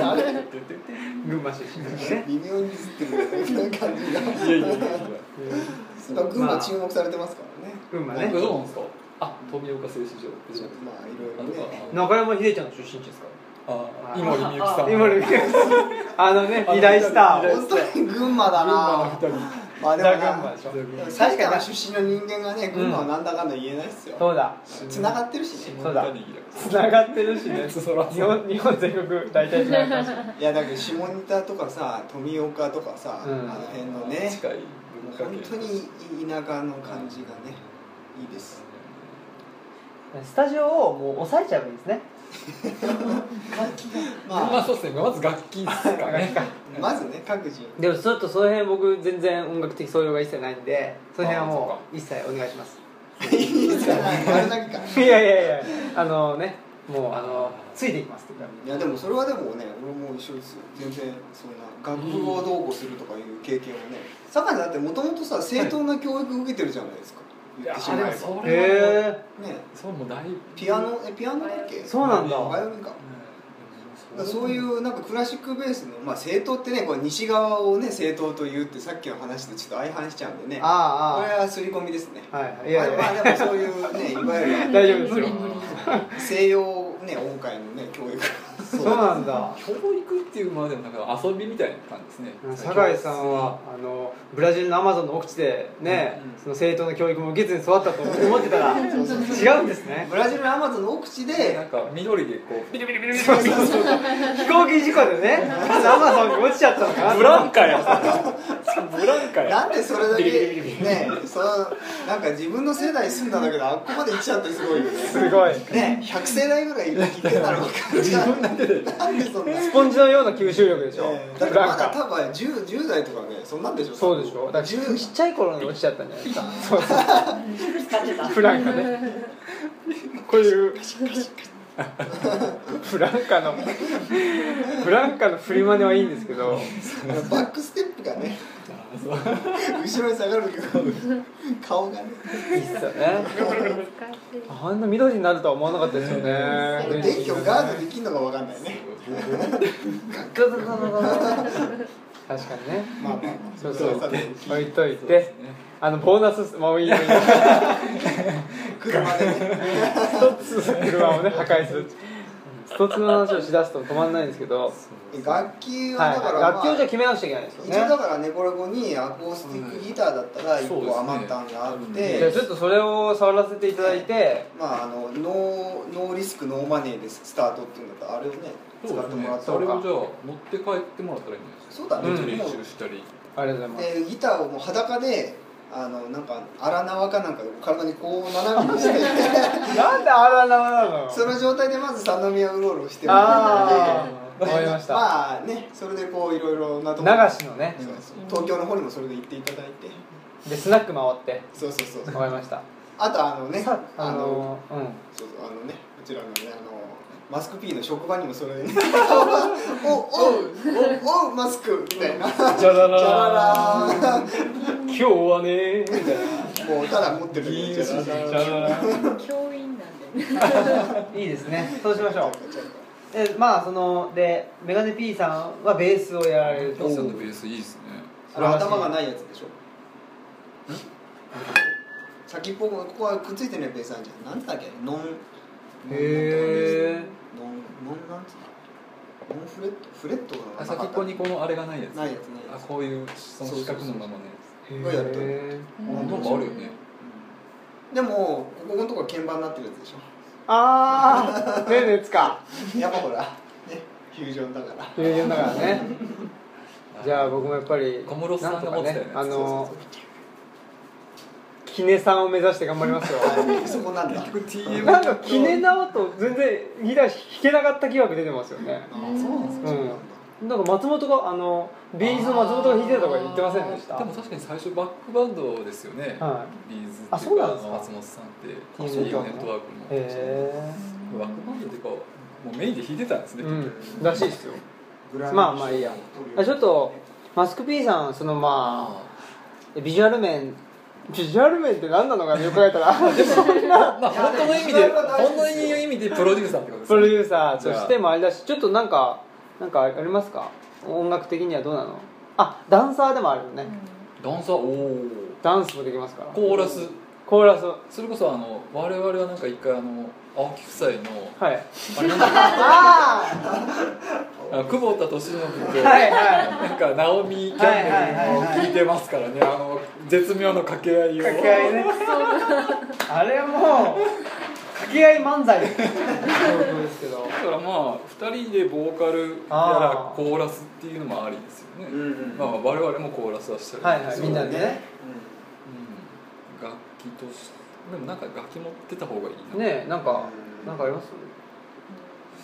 Speaker 1: 群馬出身ですね
Speaker 2: 微妙にずってるそんな感じが
Speaker 3: いやいやいや
Speaker 2: まあ群馬注目されてますからね
Speaker 1: 群馬
Speaker 3: え
Speaker 1: ね
Speaker 3: どうなんですかあ富岡製糸場
Speaker 2: まあいろいろね
Speaker 3: あ
Speaker 1: 中山秀ちゃんの出身地ですか
Speaker 3: あ井森美幸さん
Speaker 1: 井森美幸さんあのね二大スター
Speaker 2: 本当に群馬だな
Speaker 3: 群馬の
Speaker 2: まあでも
Speaker 1: ザ・群馬
Speaker 2: な
Speaker 1: でしょ
Speaker 3: 二人
Speaker 2: 埼玉出身の人間がね群馬はなんだかんだ言えないっすよ
Speaker 1: そうだ
Speaker 2: 繋がってるしね
Speaker 1: そうだつながってるしね
Speaker 3: そらそう
Speaker 1: 日 本日本全国大体つながってるし
Speaker 2: いやだけど下仁田とかさ富岡とかさ、
Speaker 1: うん
Speaker 2: あの辺のね
Speaker 3: 近い
Speaker 2: 本当に田舎の感じがねいいです
Speaker 1: スタジオをもう抑えちゃえばいいですね
Speaker 2: まあ、
Speaker 3: まあそうですねまず楽器ですかね
Speaker 2: まずね各人
Speaker 1: でもちょっとその辺僕全然音楽的素養が一切ないんでその辺はもう一切お願いします
Speaker 2: いいじゃないあれだけか
Speaker 1: いやいやいやあのねもうあのついていきますっていうか
Speaker 2: いやでもそれはでもね俺も一緒ですよ全然そんな学部をどうこうするとかいう経験はね坂井さんだってもともとさ正当な教育受けてるじゃないですか、言ってしまえば
Speaker 3: いやでも
Speaker 1: へえ
Speaker 2: ね
Speaker 3: そうもうだいぶ
Speaker 2: ピアノえピアノだっけ
Speaker 1: そうなんだ
Speaker 2: バイオリンかだからそういうなんかクラシックベースのまあ正統ってねこれ西側をね正統というってさっきの話とちょっと相反しちゃうんでねこれ
Speaker 1: あ
Speaker 2: は刷り込みですね
Speaker 1: あああはいいやい
Speaker 2: ま
Speaker 1: や
Speaker 2: あまあでもそうい うねいわゆる
Speaker 1: 大丈夫ですよ
Speaker 4: 無理無理
Speaker 2: 西洋ね音階のね教育
Speaker 1: そうなんだ
Speaker 3: 教育っていうまでもなんか遊びみたいな感じですね
Speaker 1: 酒井さんはあのブラジルのアマゾンの奥地でね、
Speaker 3: うん
Speaker 1: その正当な教育も受けずに育ったと思ってたら違
Speaker 2: そうそう
Speaker 1: うんですね
Speaker 2: ブラジルのアマゾンの奥地
Speaker 3: なん
Speaker 2: で
Speaker 3: か緑でこうピリピリピリピリ
Speaker 1: 飛行機事故でね まずアマゾンに落ちちゃったのかな
Speaker 3: ブランカやブランカや
Speaker 2: なんでそれだけ
Speaker 3: ビリビリビリビリ
Speaker 2: ねそのなんか自分の世代住んだんだけどあっこまで行っちゃってすごいよね
Speaker 1: すごい
Speaker 2: ね100世代ぐらい行ってたら分かるじゃんなんでそんな
Speaker 1: スポンジのような吸収力でしょ、
Speaker 2: えーだってまだ多分 10, 10代とかねそんなんでしょ
Speaker 1: そうでしょだからち
Speaker 2: 10
Speaker 1: っちゃい頃に落ちちゃったんじゃないですかそうそうフランカねこういうフランカのフランカの振り真似はいいんですけど
Speaker 2: バックステップがね後ろに下がるけど顔がね
Speaker 1: いいっすよね
Speaker 5: 難しい
Speaker 1: あんな緑になるとは思わなかったですよね
Speaker 2: 電気をガードできるのが分かんないね
Speaker 1: ドドドドドド確かにね
Speaker 2: まあまあまあ
Speaker 1: そう
Speaker 2: そ
Speaker 1: そうう
Speaker 2: そう
Speaker 1: 置いといてあのボーナスもういいよいいよ
Speaker 2: 車でね
Speaker 1: 車をね破壊するストツの話をしだすと止まんないんですけど
Speaker 2: 楽器は
Speaker 1: はい
Speaker 2: だから、まあ
Speaker 1: 楽器をじゃあ決めなくちゃいけないですよ
Speaker 2: 一応だ
Speaker 1: ね
Speaker 2: からネコレコにアコースティックギターだったら一
Speaker 3: そうで
Speaker 2: 個
Speaker 3: すね
Speaker 2: 余ったんがあっ
Speaker 3: うん
Speaker 1: じゃあ
Speaker 2: て、
Speaker 1: ちょっとそれを触らせていただいて
Speaker 2: まああのノーノーリスクノーマネーでスタートっていうんだったらあれをね使ってもらった
Speaker 3: そ
Speaker 2: 方
Speaker 3: れ
Speaker 2: が
Speaker 3: をじゃあ持って帰ってもらったらいいんじゃないですか
Speaker 2: そうだね、
Speaker 1: うん
Speaker 3: 練
Speaker 2: も
Speaker 3: 習したり
Speaker 1: ありがとうございます
Speaker 2: でギターをもう裸であのなんか荒縄かなんかで体にこう斜めにして
Speaker 1: なんであらななの
Speaker 2: その状態でまず三宮うろうろしてもら
Speaker 1: あ
Speaker 2: って
Speaker 1: あわかりました、
Speaker 2: まあねそれでこういろいろなところ
Speaker 1: 流しのね
Speaker 2: そうそう東京の方にもそれで行っていただいて
Speaker 1: でスナック回って
Speaker 2: そうそうそう
Speaker 1: わかりました
Speaker 2: あとあのね
Speaker 1: さあ
Speaker 2: あの
Speaker 1: のう
Speaker 2: そうそうあのねこちらのねあのマスク P の職場にも それでねおおおおマスクみたいなじゃ
Speaker 1: んじゃらら
Speaker 2: ららー
Speaker 1: 今日はねみたい
Speaker 2: もうただ持ってるだけじゃららー
Speaker 1: なじゃらら
Speaker 4: 教員なんでね
Speaker 1: いいですねそうしましょうでまあそのでメガネ P さんはベースをやられると
Speaker 3: 父さんのベースいいですね
Speaker 2: あの頭がないやつでしょ先っぽがここはくっついてないベースあるじゃんなんだっけノン
Speaker 1: へえ
Speaker 2: ノンノンなんつうのノンフレットフレットがなかった
Speaker 3: 先っぽにこのあれがないやつ
Speaker 2: ないやつない
Speaker 3: あ
Speaker 2: やつ
Speaker 3: こういうその四角のままね
Speaker 2: がやると
Speaker 3: なんかあるよね
Speaker 2: でもここのところ鍵盤になってるやつでし
Speaker 1: ああねえねつか
Speaker 2: ょやっぱほらねフュージョンだから
Speaker 1: フュージョンだからねじゃあ僕もやっぱり
Speaker 3: 小室さんが持ってたよね
Speaker 1: なんとかねあ
Speaker 2: そう
Speaker 1: の
Speaker 2: そうそう
Speaker 1: キネさんを目指して頑張りますよ
Speaker 2: はいそこなんだ。
Speaker 1: な
Speaker 3: TM
Speaker 1: んかキネナオと全然ギター弾けなかった疑惑出てますよね
Speaker 2: あそうなんです
Speaker 1: うんなんか松本があのビーズの松本が弾いてたとか言ってませんでした
Speaker 3: でも確かに最初バックバンドですよね、
Speaker 1: は
Speaker 3: ビーズっていうか
Speaker 1: あそうなんですか
Speaker 3: 松本さんって
Speaker 1: そう
Speaker 3: い
Speaker 1: な
Speaker 3: いよ
Speaker 1: んだ
Speaker 3: ネットワークの
Speaker 1: い、へ
Speaker 3: バックバンドっていうかもうメインで弾いてたんです
Speaker 1: え
Speaker 3: ね、
Speaker 1: うんらしいですよ
Speaker 2: うん
Speaker 1: まあまあいいやあちょっとマスク P さんそのま
Speaker 3: あ
Speaker 1: あビジュアル面ビジュアル面って何なのかねよく考えたら そんな
Speaker 3: あまあ本当の意味で本当の意味でプロデューサーってことです
Speaker 1: プ
Speaker 3: ね
Speaker 1: ロデューサーとしてもあれだしちょっとなんかなんかありますか音楽的にはどうなのあダンサーでもあるよね、
Speaker 3: ダンサーおお
Speaker 1: ダンスもできますから
Speaker 3: コーラス
Speaker 1: コーラス
Speaker 3: それこそあの我々はなんか一回あの青木夫妻の
Speaker 1: はい
Speaker 3: あれなんだっ
Speaker 1: あ
Speaker 3: けあ久保田利伸
Speaker 1: あ
Speaker 3: と
Speaker 1: はいはい
Speaker 3: なんかナオミ・キャンベルも聞いてますからね、あの絶妙の掛け合いを
Speaker 1: 掛け合いねあれはもう掛け合い漫才ってことですけど
Speaker 3: だからまあ2人でボーカルやら
Speaker 1: あー
Speaker 3: コーラスっていうのもありですよね、
Speaker 2: うんうん
Speaker 3: まあ、まあ我々もコーラスはしてる
Speaker 1: はいは
Speaker 3: で
Speaker 1: い
Speaker 3: す
Speaker 1: みんなでね
Speaker 3: うん、楽器としてでもなんか楽器持ってた方がいいな
Speaker 1: ねえなんかなんかあります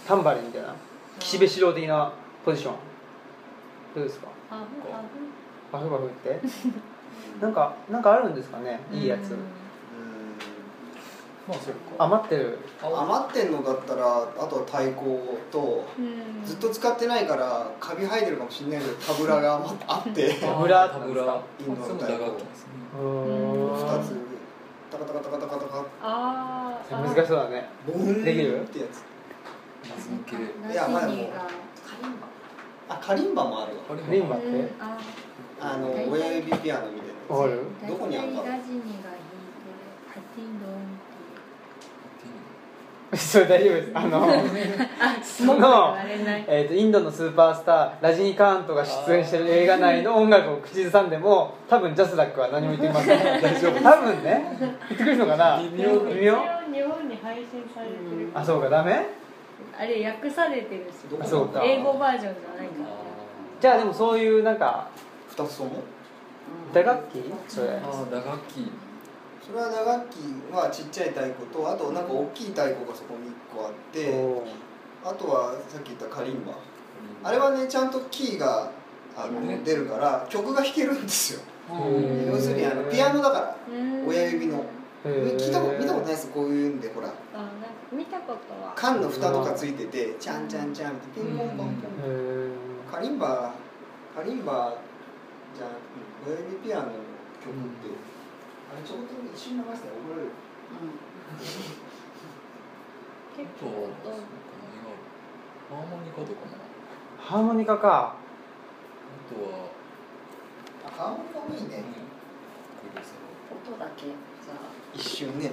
Speaker 1: タンバリンみたいな岸辺四郎的なポジションどうですか
Speaker 5: あふあ
Speaker 1: バフバフってなんかなんかあるんですかね
Speaker 5: ふ
Speaker 1: いいやつ
Speaker 3: まあそっか
Speaker 1: 余ってる
Speaker 2: 余ってんのだったらあとは太鼓と
Speaker 5: うん
Speaker 2: ずっと使ってないからカビ生えてるかもしれないけどタブラが余っあって
Speaker 1: タブラ
Speaker 3: タブラ
Speaker 2: インドの
Speaker 3: それも打楽器ですね
Speaker 1: う
Speaker 5: うん
Speaker 2: 2
Speaker 1: ー
Speaker 2: つ
Speaker 1: ん
Speaker 2: タカタカタカタカタカ
Speaker 5: あーあ
Speaker 1: 難しそうだね
Speaker 2: ボーン
Speaker 1: できる
Speaker 2: ってやつ
Speaker 3: リズム系
Speaker 2: いやまあでも
Speaker 4: がカリンバ
Speaker 2: あカリンバもあるわ
Speaker 3: あ
Speaker 1: リ
Speaker 3: れ
Speaker 1: ンバっ
Speaker 3: も
Speaker 1: て
Speaker 5: うんあ
Speaker 2: あの親指ピアノみたいな
Speaker 1: わか
Speaker 2: や
Speaker 1: る
Speaker 5: ー
Speaker 2: どこにあるか
Speaker 5: 大体ラジニが弾いてハティンドン っ
Speaker 1: それ大丈夫ですあの
Speaker 5: て
Speaker 1: そ
Speaker 5: い
Speaker 1: の
Speaker 5: う文句言われない
Speaker 1: えー、とインドのスーパースターラジニカーントが出演してる映画内の音楽を口ずさんでも多分ジャスラックは何も言ってきません大丈夫多分ね言ってくるのかな
Speaker 3: 微
Speaker 5: で
Speaker 3: 妙
Speaker 5: も
Speaker 1: 微
Speaker 5: 一
Speaker 1: 妙
Speaker 5: 応日本に配信されてる
Speaker 1: あそうかダメ
Speaker 5: あれ訳されてるし
Speaker 2: どこ
Speaker 1: あそうか
Speaker 5: 英語バージョンじゃないか
Speaker 1: じゃあでもそういうなんか
Speaker 2: 2つとも
Speaker 1: 打楽器それ
Speaker 3: あー打楽器
Speaker 2: それは打楽器はちっちゃい太鼓とあとなんか大きい太鼓がそこに1個あって
Speaker 1: おー
Speaker 2: あとはさっき言ったカリンバあれはねちゃんとキーがあの、
Speaker 3: ね
Speaker 2: 出るから曲が弾けるんですよ
Speaker 1: へー
Speaker 2: 要するにあのピアノだから
Speaker 5: なうん
Speaker 2: 親指の
Speaker 1: へー
Speaker 2: 聞いたこと見たことないですこういうんでほら
Speaker 5: あなんか見たことは
Speaker 2: 缶の蓋とかついててチャンチャンチャンってピンポンポンポン
Speaker 1: へー
Speaker 2: カリンバカリンバじゃなくて親指ピアノの曲って、あれちょうど一瞬流したら怒られる
Speaker 5: 結
Speaker 3: あと
Speaker 5: 構
Speaker 3: はそうかなハー
Speaker 5: 音
Speaker 3: モニカとかも
Speaker 1: ハーモニカか
Speaker 3: あとは
Speaker 2: あハーモニカもいいね
Speaker 4: 音だけじゃ
Speaker 2: 一瞬ね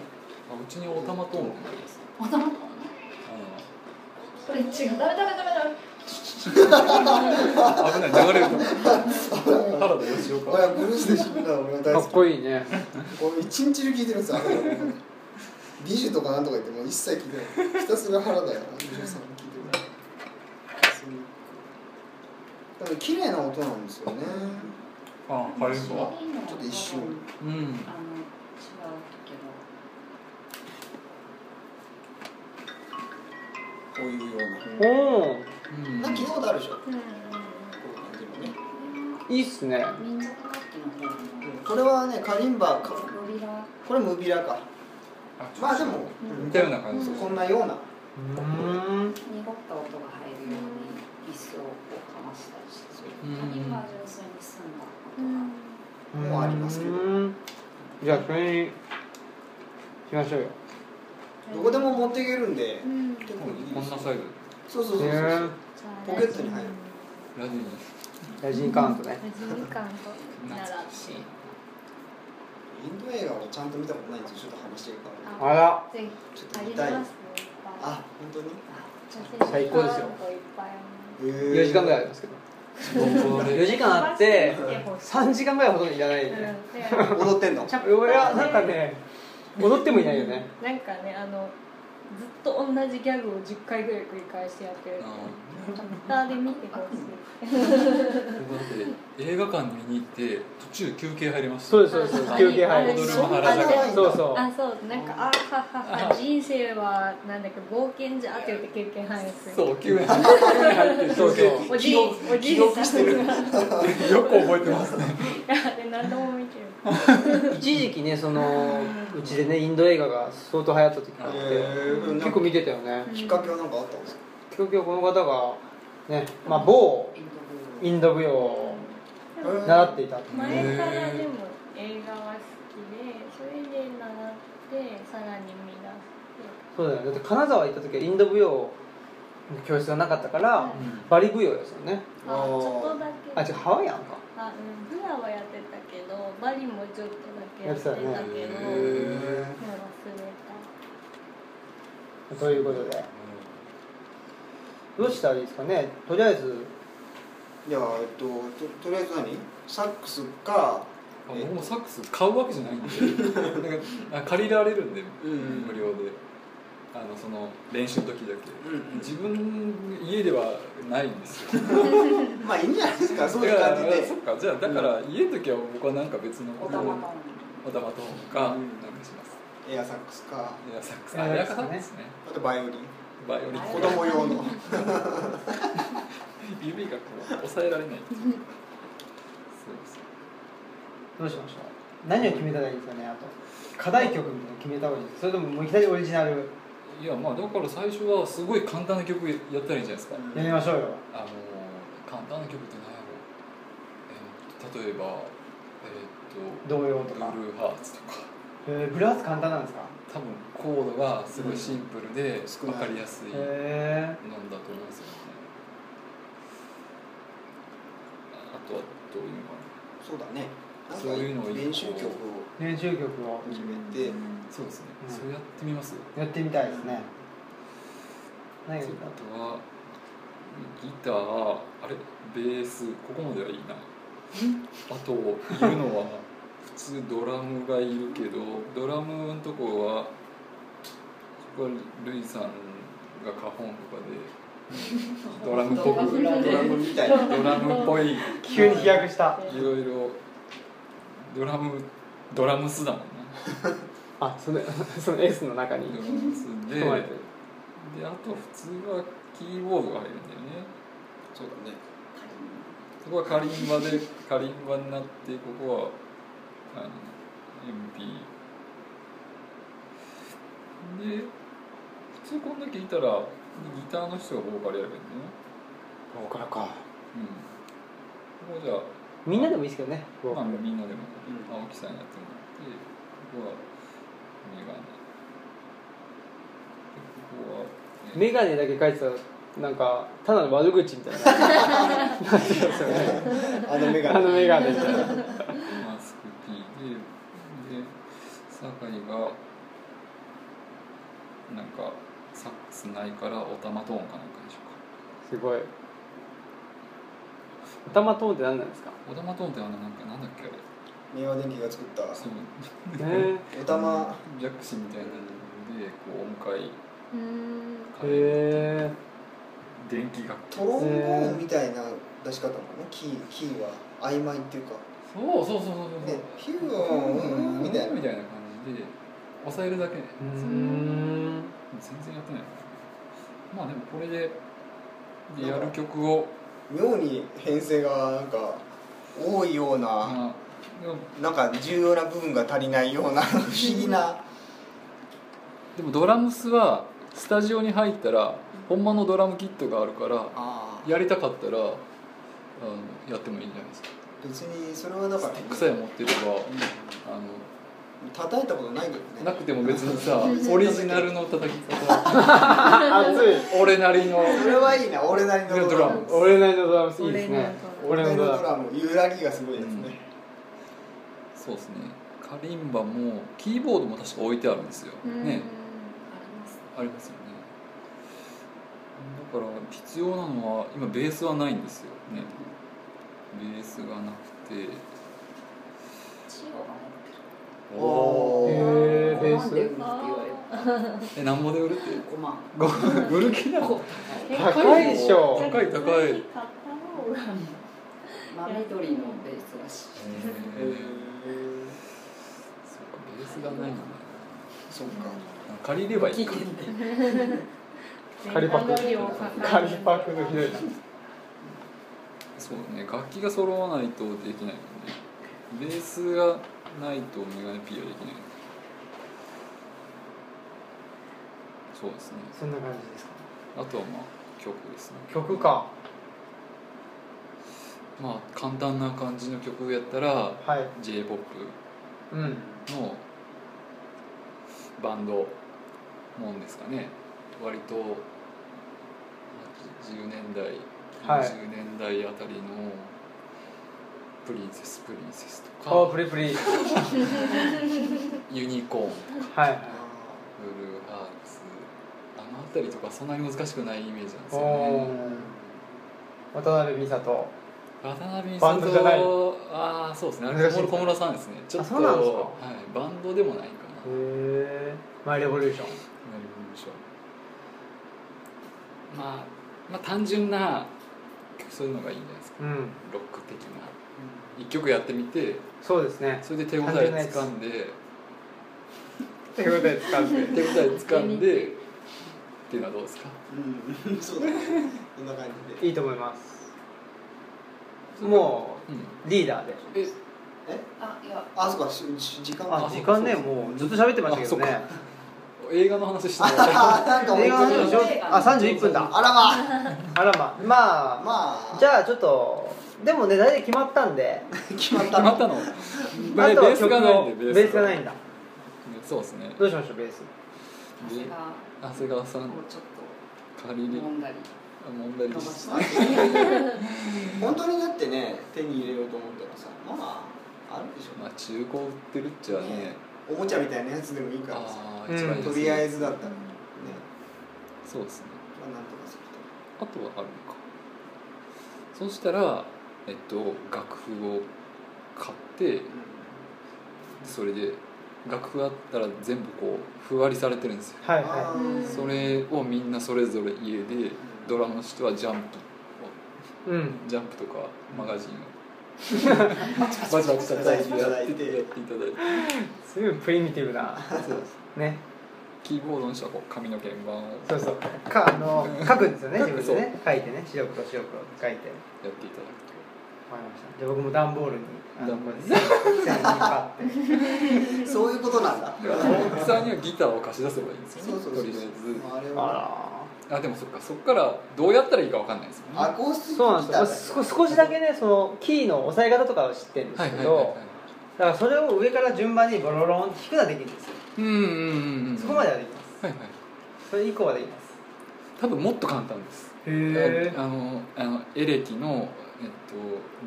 Speaker 3: あうちにオタマトーンってなります
Speaker 4: あ音の音これ違うダメダメダメダメ
Speaker 3: あ危ない流れると原田しよう
Speaker 2: おや
Speaker 3: か
Speaker 2: ブルースで死んだ俺は大
Speaker 1: か
Speaker 2: 好
Speaker 1: っ
Speaker 2: き
Speaker 1: こいいね
Speaker 2: 俺一日中聴いてるやつあるビジュとかなんとか言ってもう一切聴いてないひたすら腹だよビジュさん聴いてるだから綺麗な音なんですよね
Speaker 3: あカリンバ
Speaker 2: ちょっと一瞬
Speaker 3: うん
Speaker 4: あの違うけど
Speaker 2: こういうよ
Speaker 1: おお
Speaker 2: うななんか聞いたことあるでしょこ
Speaker 5: うんう
Speaker 2: う
Speaker 5: ん
Speaker 2: いう感じもね
Speaker 1: いいっすね
Speaker 4: 民族楽器の方の
Speaker 2: これはねカリンバか
Speaker 4: ロビラ
Speaker 2: これムビラかまあでも
Speaker 3: 似たような感じ
Speaker 2: こんなような
Speaker 1: うーん
Speaker 4: 濁った音が入るように椅子をこうかましたりして
Speaker 3: うん
Speaker 4: カリンバは純粋に済んだ
Speaker 5: う
Speaker 4: 音が
Speaker 5: ん
Speaker 2: もうありますけど
Speaker 1: うーんじゃあそれにしましょうよ
Speaker 2: どこでも持っていけるんで
Speaker 5: うん
Speaker 2: 結構いいです
Speaker 3: こんなサイズ
Speaker 2: そうそうそう
Speaker 1: へ
Speaker 2: そう
Speaker 1: ー
Speaker 2: ポケットに入る
Speaker 3: ラジに
Speaker 1: ラジンカーンとね
Speaker 5: 味みかんと習っ
Speaker 3: しい
Speaker 2: インド映画をちゃんと見たことないんですよちょっと話してるから
Speaker 5: て
Speaker 1: あら
Speaker 5: ぜひ
Speaker 2: ちょっ
Speaker 5: あ
Speaker 2: と見
Speaker 5: り
Speaker 2: たい
Speaker 5: ますね
Speaker 2: あ本当に
Speaker 1: 最高ですよ
Speaker 2: 4
Speaker 1: 4時間ぐらいありますけど
Speaker 3: 本当だ
Speaker 1: 4
Speaker 3: ね
Speaker 1: 時間あって3時間ぐらいほとんどいらないね
Speaker 2: 踊ってんの
Speaker 1: 俺はなんかね踊ってもいないよね
Speaker 5: なんかねあのずっと同じギャグを10回ぐらい繰り返してやってるツイッターで見てほしい
Speaker 3: だって映画館に見に行って途中休憩入りました
Speaker 1: そうですそうです
Speaker 5: あ
Speaker 1: 休憩入
Speaker 5: あ
Speaker 1: る
Speaker 3: 踊る
Speaker 5: そ
Speaker 3: マ
Speaker 5: う
Speaker 3: ハラジャ
Speaker 2: あ
Speaker 1: そうそう
Speaker 5: あそうなんかあははは人生はなんだっけ冒険じゃって言って経験範囲する
Speaker 3: そう急に入って
Speaker 1: そうそう
Speaker 5: おじい
Speaker 2: 記憶
Speaker 5: お じい
Speaker 2: 記憶
Speaker 5: さ
Speaker 2: し
Speaker 5: ん
Speaker 2: てる
Speaker 3: よく覚えてますね
Speaker 5: あれ何度も見てる
Speaker 1: 一時期ねそのうちでねインド映画が相当流行った時があっ
Speaker 2: へ
Speaker 1: て
Speaker 2: ー
Speaker 1: 結構見てたよね
Speaker 2: きっかけは何かあったんですか
Speaker 1: 結局この方がねまあ某
Speaker 4: インド
Speaker 1: インド舞踊を
Speaker 5: でも
Speaker 1: 習っていた
Speaker 5: 前からでも映画は好きでそれで習ってさらに見出
Speaker 1: そうだよねだって金沢行った時はインド舞踊の教室がなかったから
Speaker 5: う
Speaker 1: バリ舞踊ですよね
Speaker 5: してあちょっとだ
Speaker 1: あ
Speaker 5: け
Speaker 1: 違うハワイアンか
Speaker 5: あうんフラはやってたけどバリもちょっとだけやってたけど
Speaker 1: やっ
Speaker 5: もう
Speaker 1: て
Speaker 5: 忘れ
Speaker 3: た
Speaker 5: た
Speaker 3: ね
Speaker 2: へ
Speaker 1: ということでどうしたらいいですかねとりあえず
Speaker 2: ーいやえっとととりあえず何サックスか
Speaker 3: あ僕もサックス買うわけじゃないんでなんかあ借りられるんで、
Speaker 2: ん
Speaker 3: 無料であのその練習の時だけ、
Speaker 2: うんうん
Speaker 3: 自分家ではないんですよ
Speaker 2: まあいいんじゃないですかそういう感じ
Speaker 3: だから
Speaker 2: で
Speaker 3: そっかじゃあだから家の時は僕はなんか別の
Speaker 4: おたま
Speaker 3: うん
Speaker 4: の
Speaker 3: お玉とか
Speaker 2: うん
Speaker 3: なんかします
Speaker 2: エアサックスか
Speaker 3: エアサックス
Speaker 1: エア
Speaker 3: あエア
Speaker 1: サ
Speaker 3: サ
Speaker 1: ックスね
Speaker 3: ックスね
Speaker 2: あとバイオリン
Speaker 3: バイオリン
Speaker 2: 子供用の
Speaker 3: 指がこう抑えられないっていうそうそう
Speaker 1: どうしましょう何を決めたらいいですかねあと課題曲みたいなの決めた方がいいですかそれとももういきなりオリジナル
Speaker 3: いやまあだから最初はすごい簡単な曲やったらいいんじゃないですか、
Speaker 1: やりましょうよ
Speaker 3: あの簡単な曲って何やろう、えー例えばえ
Speaker 1: 童謡
Speaker 3: ー、っと
Speaker 1: と
Speaker 3: ブ
Speaker 1: か、
Speaker 3: ルーハーツとか
Speaker 1: えーブラス簡単なんですか
Speaker 3: 多分コードがすごいシンプルで
Speaker 2: 少
Speaker 3: 分
Speaker 2: ない
Speaker 3: かりやすいのだ
Speaker 1: へ
Speaker 3: と思うんですよねあとはどういうのかな
Speaker 2: そうだねなんか
Speaker 3: そういうのを一個
Speaker 2: 練習曲を
Speaker 1: え練習曲を
Speaker 2: 決めて
Speaker 3: そうですね、
Speaker 1: うん
Speaker 3: そうやってみます
Speaker 1: やってみたいですね何
Speaker 3: あ
Speaker 1: がいい
Speaker 3: と
Speaker 1: かな
Speaker 3: はギターあれベースここまではいいなあといるのは普通ドラムがいるけどドラムのとこはここはルイさんが花本とかでドラムっぽく
Speaker 4: ドラ
Speaker 2: ドラムみたいな
Speaker 3: ドラムっぽいい
Speaker 1: 急に飛躍した
Speaker 3: ろいろドラムドラムスだもんね
Speaker 1: あその その S の中に
Speaker 3: ドラムスで
Speaker 1: 含まれてる
Speaker 3: であと普通はキーボードが入るんだよね
Speaker 2: そうだね
Speaker 3: そこはカリンバでカリンバになってここはあの MP で普通こんだけいたらギターの人がボーカルやるんだよね
Speaker 1: ボーカルか
Speaker 3: うんここじゃあ
Speaker 1: みんなでもいいですけどねボー
Speaker 3: ま
Speaker 1: カ
Speaker 3: あ、
Speaker 1: ル
Speaker 3: みんなでも
Speaker 2: うん
Speaker 3: 青木さんやってもらってここはメガネでここは、えー
Speaker 1: メガネだけ書いてたらなんかただの悪口みたい ななってますよね
Speaker 2: あのメガ
Speaker 1: あの
Speaker 2: ネ
Speaker 1: メガネみたいな
Speaker 3: マスク P でで酒井がなんかサックスないからオタマトーンかなんかでしょう
Speaker 1: すごい頭トーンって何なん ですか
Speaker 3: かオタマトーンってあのなんかなんだっけあれ
Speaker 2: 明和電機が作った
Speaker 3: そう
Speaker 1: ね
Speaker 2: おたま
Speaker 3: ジャクシみたいなのでこう音階
Speaker 5: うーん
Speaker 1: えへ
Speaker 3: 電気楽器
Speaker 2: トロンボーンみたいな出し方もねキーキーは曖昧っていうか
Speaker 3: そうそうそうそうそう
Speaker 2: ねヒュー
Speaker 3: うん
Speaker 2: ンみ
Speaker 3: みた
Speaker 2: たい
Speaker 3: いな
Speaker 2: な
Speaker 3: 感じで抑えるだけ
Speaker 1: えうん
Speaker 3: 全然やってないまあでもこれでやる曲を
Speaker 2: 妙に編成がなんか多いような
Speaker 3: まあでも
Speaker 2: なんか重要な部分が足りないような不思議な
Speaker 3: でもドラムスはスタジオに入ったら本間のドラムキットがあるから
Speaker 2: あ
Speaker 3: やりたかったらあのやってもいいんじゃないですか
Speaker 2: 別にそれはだからね
Speaker 3: 草屋持ってればあ
Speaker 2: 叩いたことないけど
Speaker 3: の
Speaker 2: ね
Speaker 3: なくても別に さオリジナルの叩き方
Speaker 1: あ熱い
Speaker 3: 俺なりの
Speaker 2: それはいいな俺なりのドラム
Speaker 1: 俺なりのドラムスいいですね
Speaker 2: 俺
Speaker 1: 俺の
Speaker 2: なり
Speaker 1: ド
Speaker 2: の
Speaker 1: ラ
Speaker 2: ド
Speaker 1: ム
Speaker 2: ラム揺らぎがすごいですね、
Speaker 3: そうですねカリンバもキーボードも確か置いてあるんですよ
Speaker 5: うーん
Speaker 3: ねありますよねだから必要なのは今ベースはないんですよねベースがなくて
Speaker 4: チオが入ってる
Speaker 2: おー
Speaker 1: へえベー
Speaker 4: なんで
Speaker 1: ス
Speaker 4: って言われる
Speaker 3: えなんぼで売るって
Speaker 2: 5万
Speaker 3: ご 売る気なの
Speaker 5: え
Speaker 1: 高いでしょ
Speaker 3: 高い高い
Speaker 5: 買った方が
Speaker 6: 豆取りのベースらしい
Speaker 3: えーそっかベースがないんだ
Speaker 2: そうか
Speaker 3: 借りればいい
Speaker 6: 期
Speaker 3: か
Speaker 6: 限で
Speaker 1: 仮パク
Speaker 5: 値段よりかかる
Speaker 1: 仮パクのひどい
Speaker 3: そうね楽器が揃わないとできないもんねベースがないとメガネ P はできないそうですね
Speaker 1: そんな感じですか
Speaker 3: あとはまあ曲ですね
Speaker 1: 曲か
Speaker 3: まあ簡単な感じの曲やったら
Speaker 1: はい
Speaker 3: j p o
Speaker 1: うん
Speaker 3: p のバンドもんですかね割と80年代
Speaker 1: はい
Speaker 3: 90年代あたりのプリンセスプリンセスと
Speaker 1: あ
Speaker 3: か
Speaker 1: プリプリ
Speaker 3: ユニコーン
Speaker 1: はい
Speaker 3: ブルーハーツあの辺りとかそんなに難しくないイメージなんです
Speaker 1: お
Speaker 3: よね
Speaker 1: ー渡辺美里
Speaker 3: 渡辺
Speaker 1: バンドじゃない
Speaker 3: ああそうですねあれ
Speaker 1: 難しい
Speaker 3: 小室小室さんですねちょっと
Speaker 1: あそうなんですか
Speaker 3: はい、バンドでもないかな
Speaker 1: へえマイレボリューション
Speaker 3: なるほどでしょう、まあ、まあ単純なそういうのがいいんじゃないですか
Speaker 1: うん
Speaker 3: ロック的な一曲やってみて
Speaker 1: そうですね
Speaker 3: それで手応え掴んで
Speaker 1: ということで使って
Speaker 3: 手応え掴んでっていうのはどうですか
Speaker 2: うん うんそうだねこんな感じで
Speaker 1: いいと思いますも
Speaker 3: うん
Speaker 1: うリーダーで
Speaker 3: え
Speaker 2: え
Speaker 4: あいや
Speaker 2: あそうかしし時間
Speaker 1: あ
Speaker 2: が
Speaker 1: 時間ねもうずっと喋ってましたけどね
Speaker 3: あ映画の話して も
Speaker 2: あなんかもう
Speaker 1: 映画の話でしょあ31分だ
Speaker 2: あらま
Speaker 1: あらままあ、
Speaker 2: まあ
Speaker 1: じゃあちょっとでもね大体決まったんで
Speaker 2: 決まった
Speaker 3: 決まったの
Speaker 1: あと
Speaker 3: ベ
Speaker 1: は
Speaker 3: ース
Speaker 1: 曲
Speaker 3: がない
Speaker 1: を
Speaker 3: んで
Speaker 1: ベースがないんだ
Speaker 3: そうですね
Speaker 1: どうしましょうベース
Speaker 6: 長谷川も
Speaker 3: 長谷川さん
Speaker 6: うちょっ
Speaker 3: 借り
Speaker 6: と
Speaker 3: に
Speaker 6: 飲んだり
Speaker 3: 問題
Speaker 6: 伸ば
Speaker 3: で
Speaker 6: し
Speaker 3: す
Speaker 6: たり
Speaker 2: 本当にだってね手に入れようと思ったらさまああるでしょ
Speaker 3: まあ中古売ってるっちゃね
Speaker 2: おもちゃみたいなやつでもいいからさ
Speaker 3: ああ
Speaker 1: うん
Speaker 3: 一番いいですね
Speaker 2: とりあえずだったらね
Speaker 3: そうですね
Speaker 2: まあなんとかすると
Speaker 3: あとはあるのかそうしたら、えっと、楽譜を買ってそれで楽譜あったら全部こうふわりされてるんですよ
Speaker 1: はい
Speaker 2: あ
Speaker 1: は
Speaker 2: ー
Speaker 3: それをみんなそれぞれ家でドラムの人はジャンプ
Speaker 1: いうん
Speaker 3: ジャンプとかマガジンを バチバチバチバチやってやっていただいて
Speaker 1: すごいプリミティブなね
Speaker 3: キーボードの人はこう紙の鍵盤をやって
Speaker 1: そうそうかあの書くんですよね
Speaker 3: 書
Speaker 1: 自
Speaker 3: く
Speaker 1: 分でね書いてね白黒白黒って書いて
Speaker 3: いただくと
Speaker 1: わかりましたじゃあ僕も段ボールにあの
Speaker 3: 段ボールに
Speaker 1: 線線に貼って
Speaker 2: そういうことなんだ
Speaker 3: だから大木さんにはギターを貸し出せばいいんですよね
Speaker 2: そうそうそう
Speaker 3: とりあえ
Speaker 2: あれは
Speaker 1: あ
Speaker 3: ずあでもそっかそっからどうやったらいいかわかんないですもんね
Speaker 2: アコーステ
Speaker 1: らそ
Speaker 2: ィ
Speaker 1: うな
Speaker 2: ッ
Speaker 1: ん
Speaker 2: クギ
Speaker 1: で
Speaker 2: ターだ
Speaker 1: すよ少しだけねそのキーの押さえ方とかは知ってるんですけどだからそれを上から順番にボロロンって弾くのはできるんですよ
Speaker 3: うんうんうんうん
Speaker 1: そこまで
Speaker 3: は
Speaker 1: はできます
Speaker 3: いはい
Speaker 1: それ以降はできます
Speaker 3: 多分もっと簡単です
Speaker 1: へ
Speaker 3: あのあのエレキの、えっと、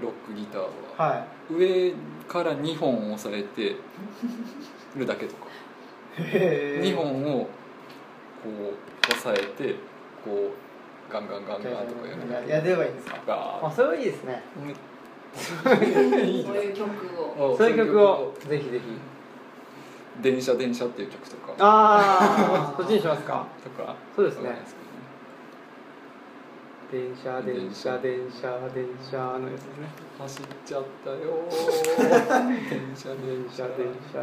Speaker 3: ロックギターは、
Speaker 1: えはい
Speaker 3: 上から2本押さえてるだけとか、
Speaker 1: へ
Speaker 3: 2本をこう押さえてこうガンガンガンガンとかやるだけ
Speaker 1: やればいいんですかあ
Speaker 3: ガ
Speaker 1: それはいいですね
Speaker 3: ー
Speaker 6: そういう曲を
Speaker 3: お
Speaker 1: そういう曲をぜひぜひ
Speaker 3: 電車電車っていう曲とか
Speaker 1: ああそっちにしますか
Speaker 3: とか
Speaker 1: そうですね
Speaker 3: わかんないけどね
Speaker 1: 電車電車電車電車のやつですね
Speaker 3: 走っちゃったよー電車
Speaker 1: 電
Speaker 3: 電車
Speaker 1: 車電
Speaker 3: 電
Speaker 1: 車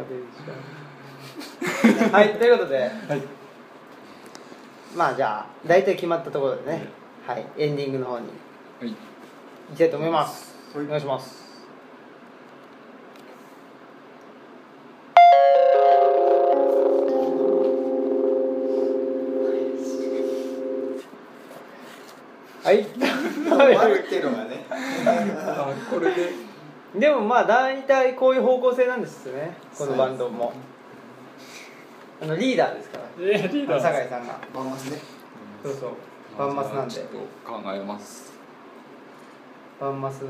Speaker 1: 電車はいということで
Speaker 3: 車はい
Speaker 1: まあじゃあ大体決まったところでねはいエンディングの方に
Speaker 3: はい
Speaker 1: 行きたいと思いますお願いしますはい、
Speaker 2: 悪いっていうのがね
Speaker 3: あこれで
Speaker 1: でもまあ大体こういう方向性なんですよねこのバンドもあのリーダーですから
Speaker 3: えリ
Speaker 1: あの酒井さんが
Speaker 2: バンマスね
Speaker 1: そうそうバンマスなん
Speaker 3: ちょ
Speaker 1: で
Speaker 3: っと考えます
Speaker 1: バンマス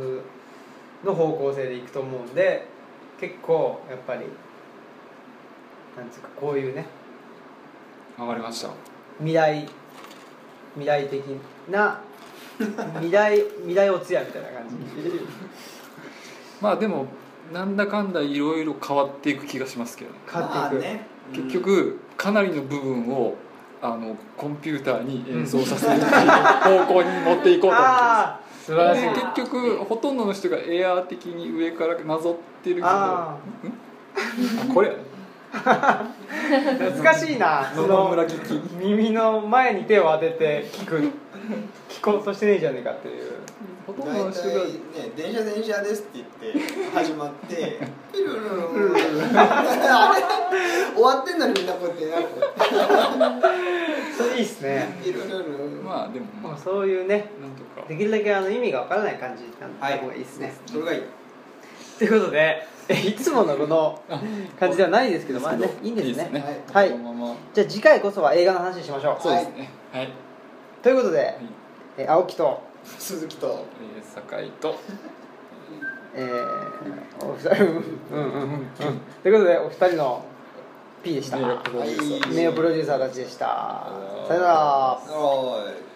Speaker 1: の方向性でいくと思うんで結構やっぱりなんつうかこういうね
Speaker 3: わかりました
Speaker 1: 未来未来的 な未来未来お通夜みたいな感じ
Speaker 3: まあでもなんだかんだいろいろ変わっていく気がしますけどね
Speaker 1: 買っていく、
Speaker 2: まあね
Speaker 3: 結局かなりの部分をあのコンピューターに演奏させるっていう方向に持っていこうと
Speaker 1: あ
Speaker 3: 思ってます
Speaker 1: あ素晴らしい
Speaker 3: で結局ほとんどの人がエアー的に上からなぞってるけど
Speaker 1: あ
Speaker 3: これ
Speaker 1: あ懐かしいな
Speaker 3: 野
Speaker 1: そ
Speaker 3: 々村
Speaker 1: の
Speaker 3: 聞き
Speaker 1: 耳の前に手を当てて聞く聞こうとしてねえじゃねえかっていう
Speaker 3: ほとんど
Speaker 2: 大
Speaker 3: の人
Speaker 2: 体
Speaker 3: が
Speaker 2: ね「電車電車です」って言って始ま って「ピルルルルルル」あれ終わってんのにみんなこうやってなんか
Speaker 1: それいいっすね
Speaker 2: 「ピルルルルル」
Speaker 3: まあでも
Speaker 1: も
Speaker 3: ま
Speaker 1: うそういうね
Speaker 3: あなんとか
Speaker 1: できるだけあの意味がわからない感じなんて
Speaker 2: はい
Speaker 1: 方がいいですね、
Speaker 2: それがいい
Speaker 1: ということでえいつものこの感じではないですけどまあねいいんですね
Speaker 2: はい
Speaker 1: はい
Speaker 3: このまま
Speaker 1: じゃあ次回こそは映画の話にしましょう
Speaker 3: そうですねはい、
Speaker 1: ということで、
Speaker 3: はい
Speaker 1: え青木と、
Speaker 2: 鈴木と
Speaker 3: えー酒井と
Speaker 1: えー、お二人うんうんうんうんということでお二人の P でした
Speaker 3: 名誉プロデューサー
Speaker 1: 名誉プロデューサーたちでしたさよなら
Speaker 2: おーい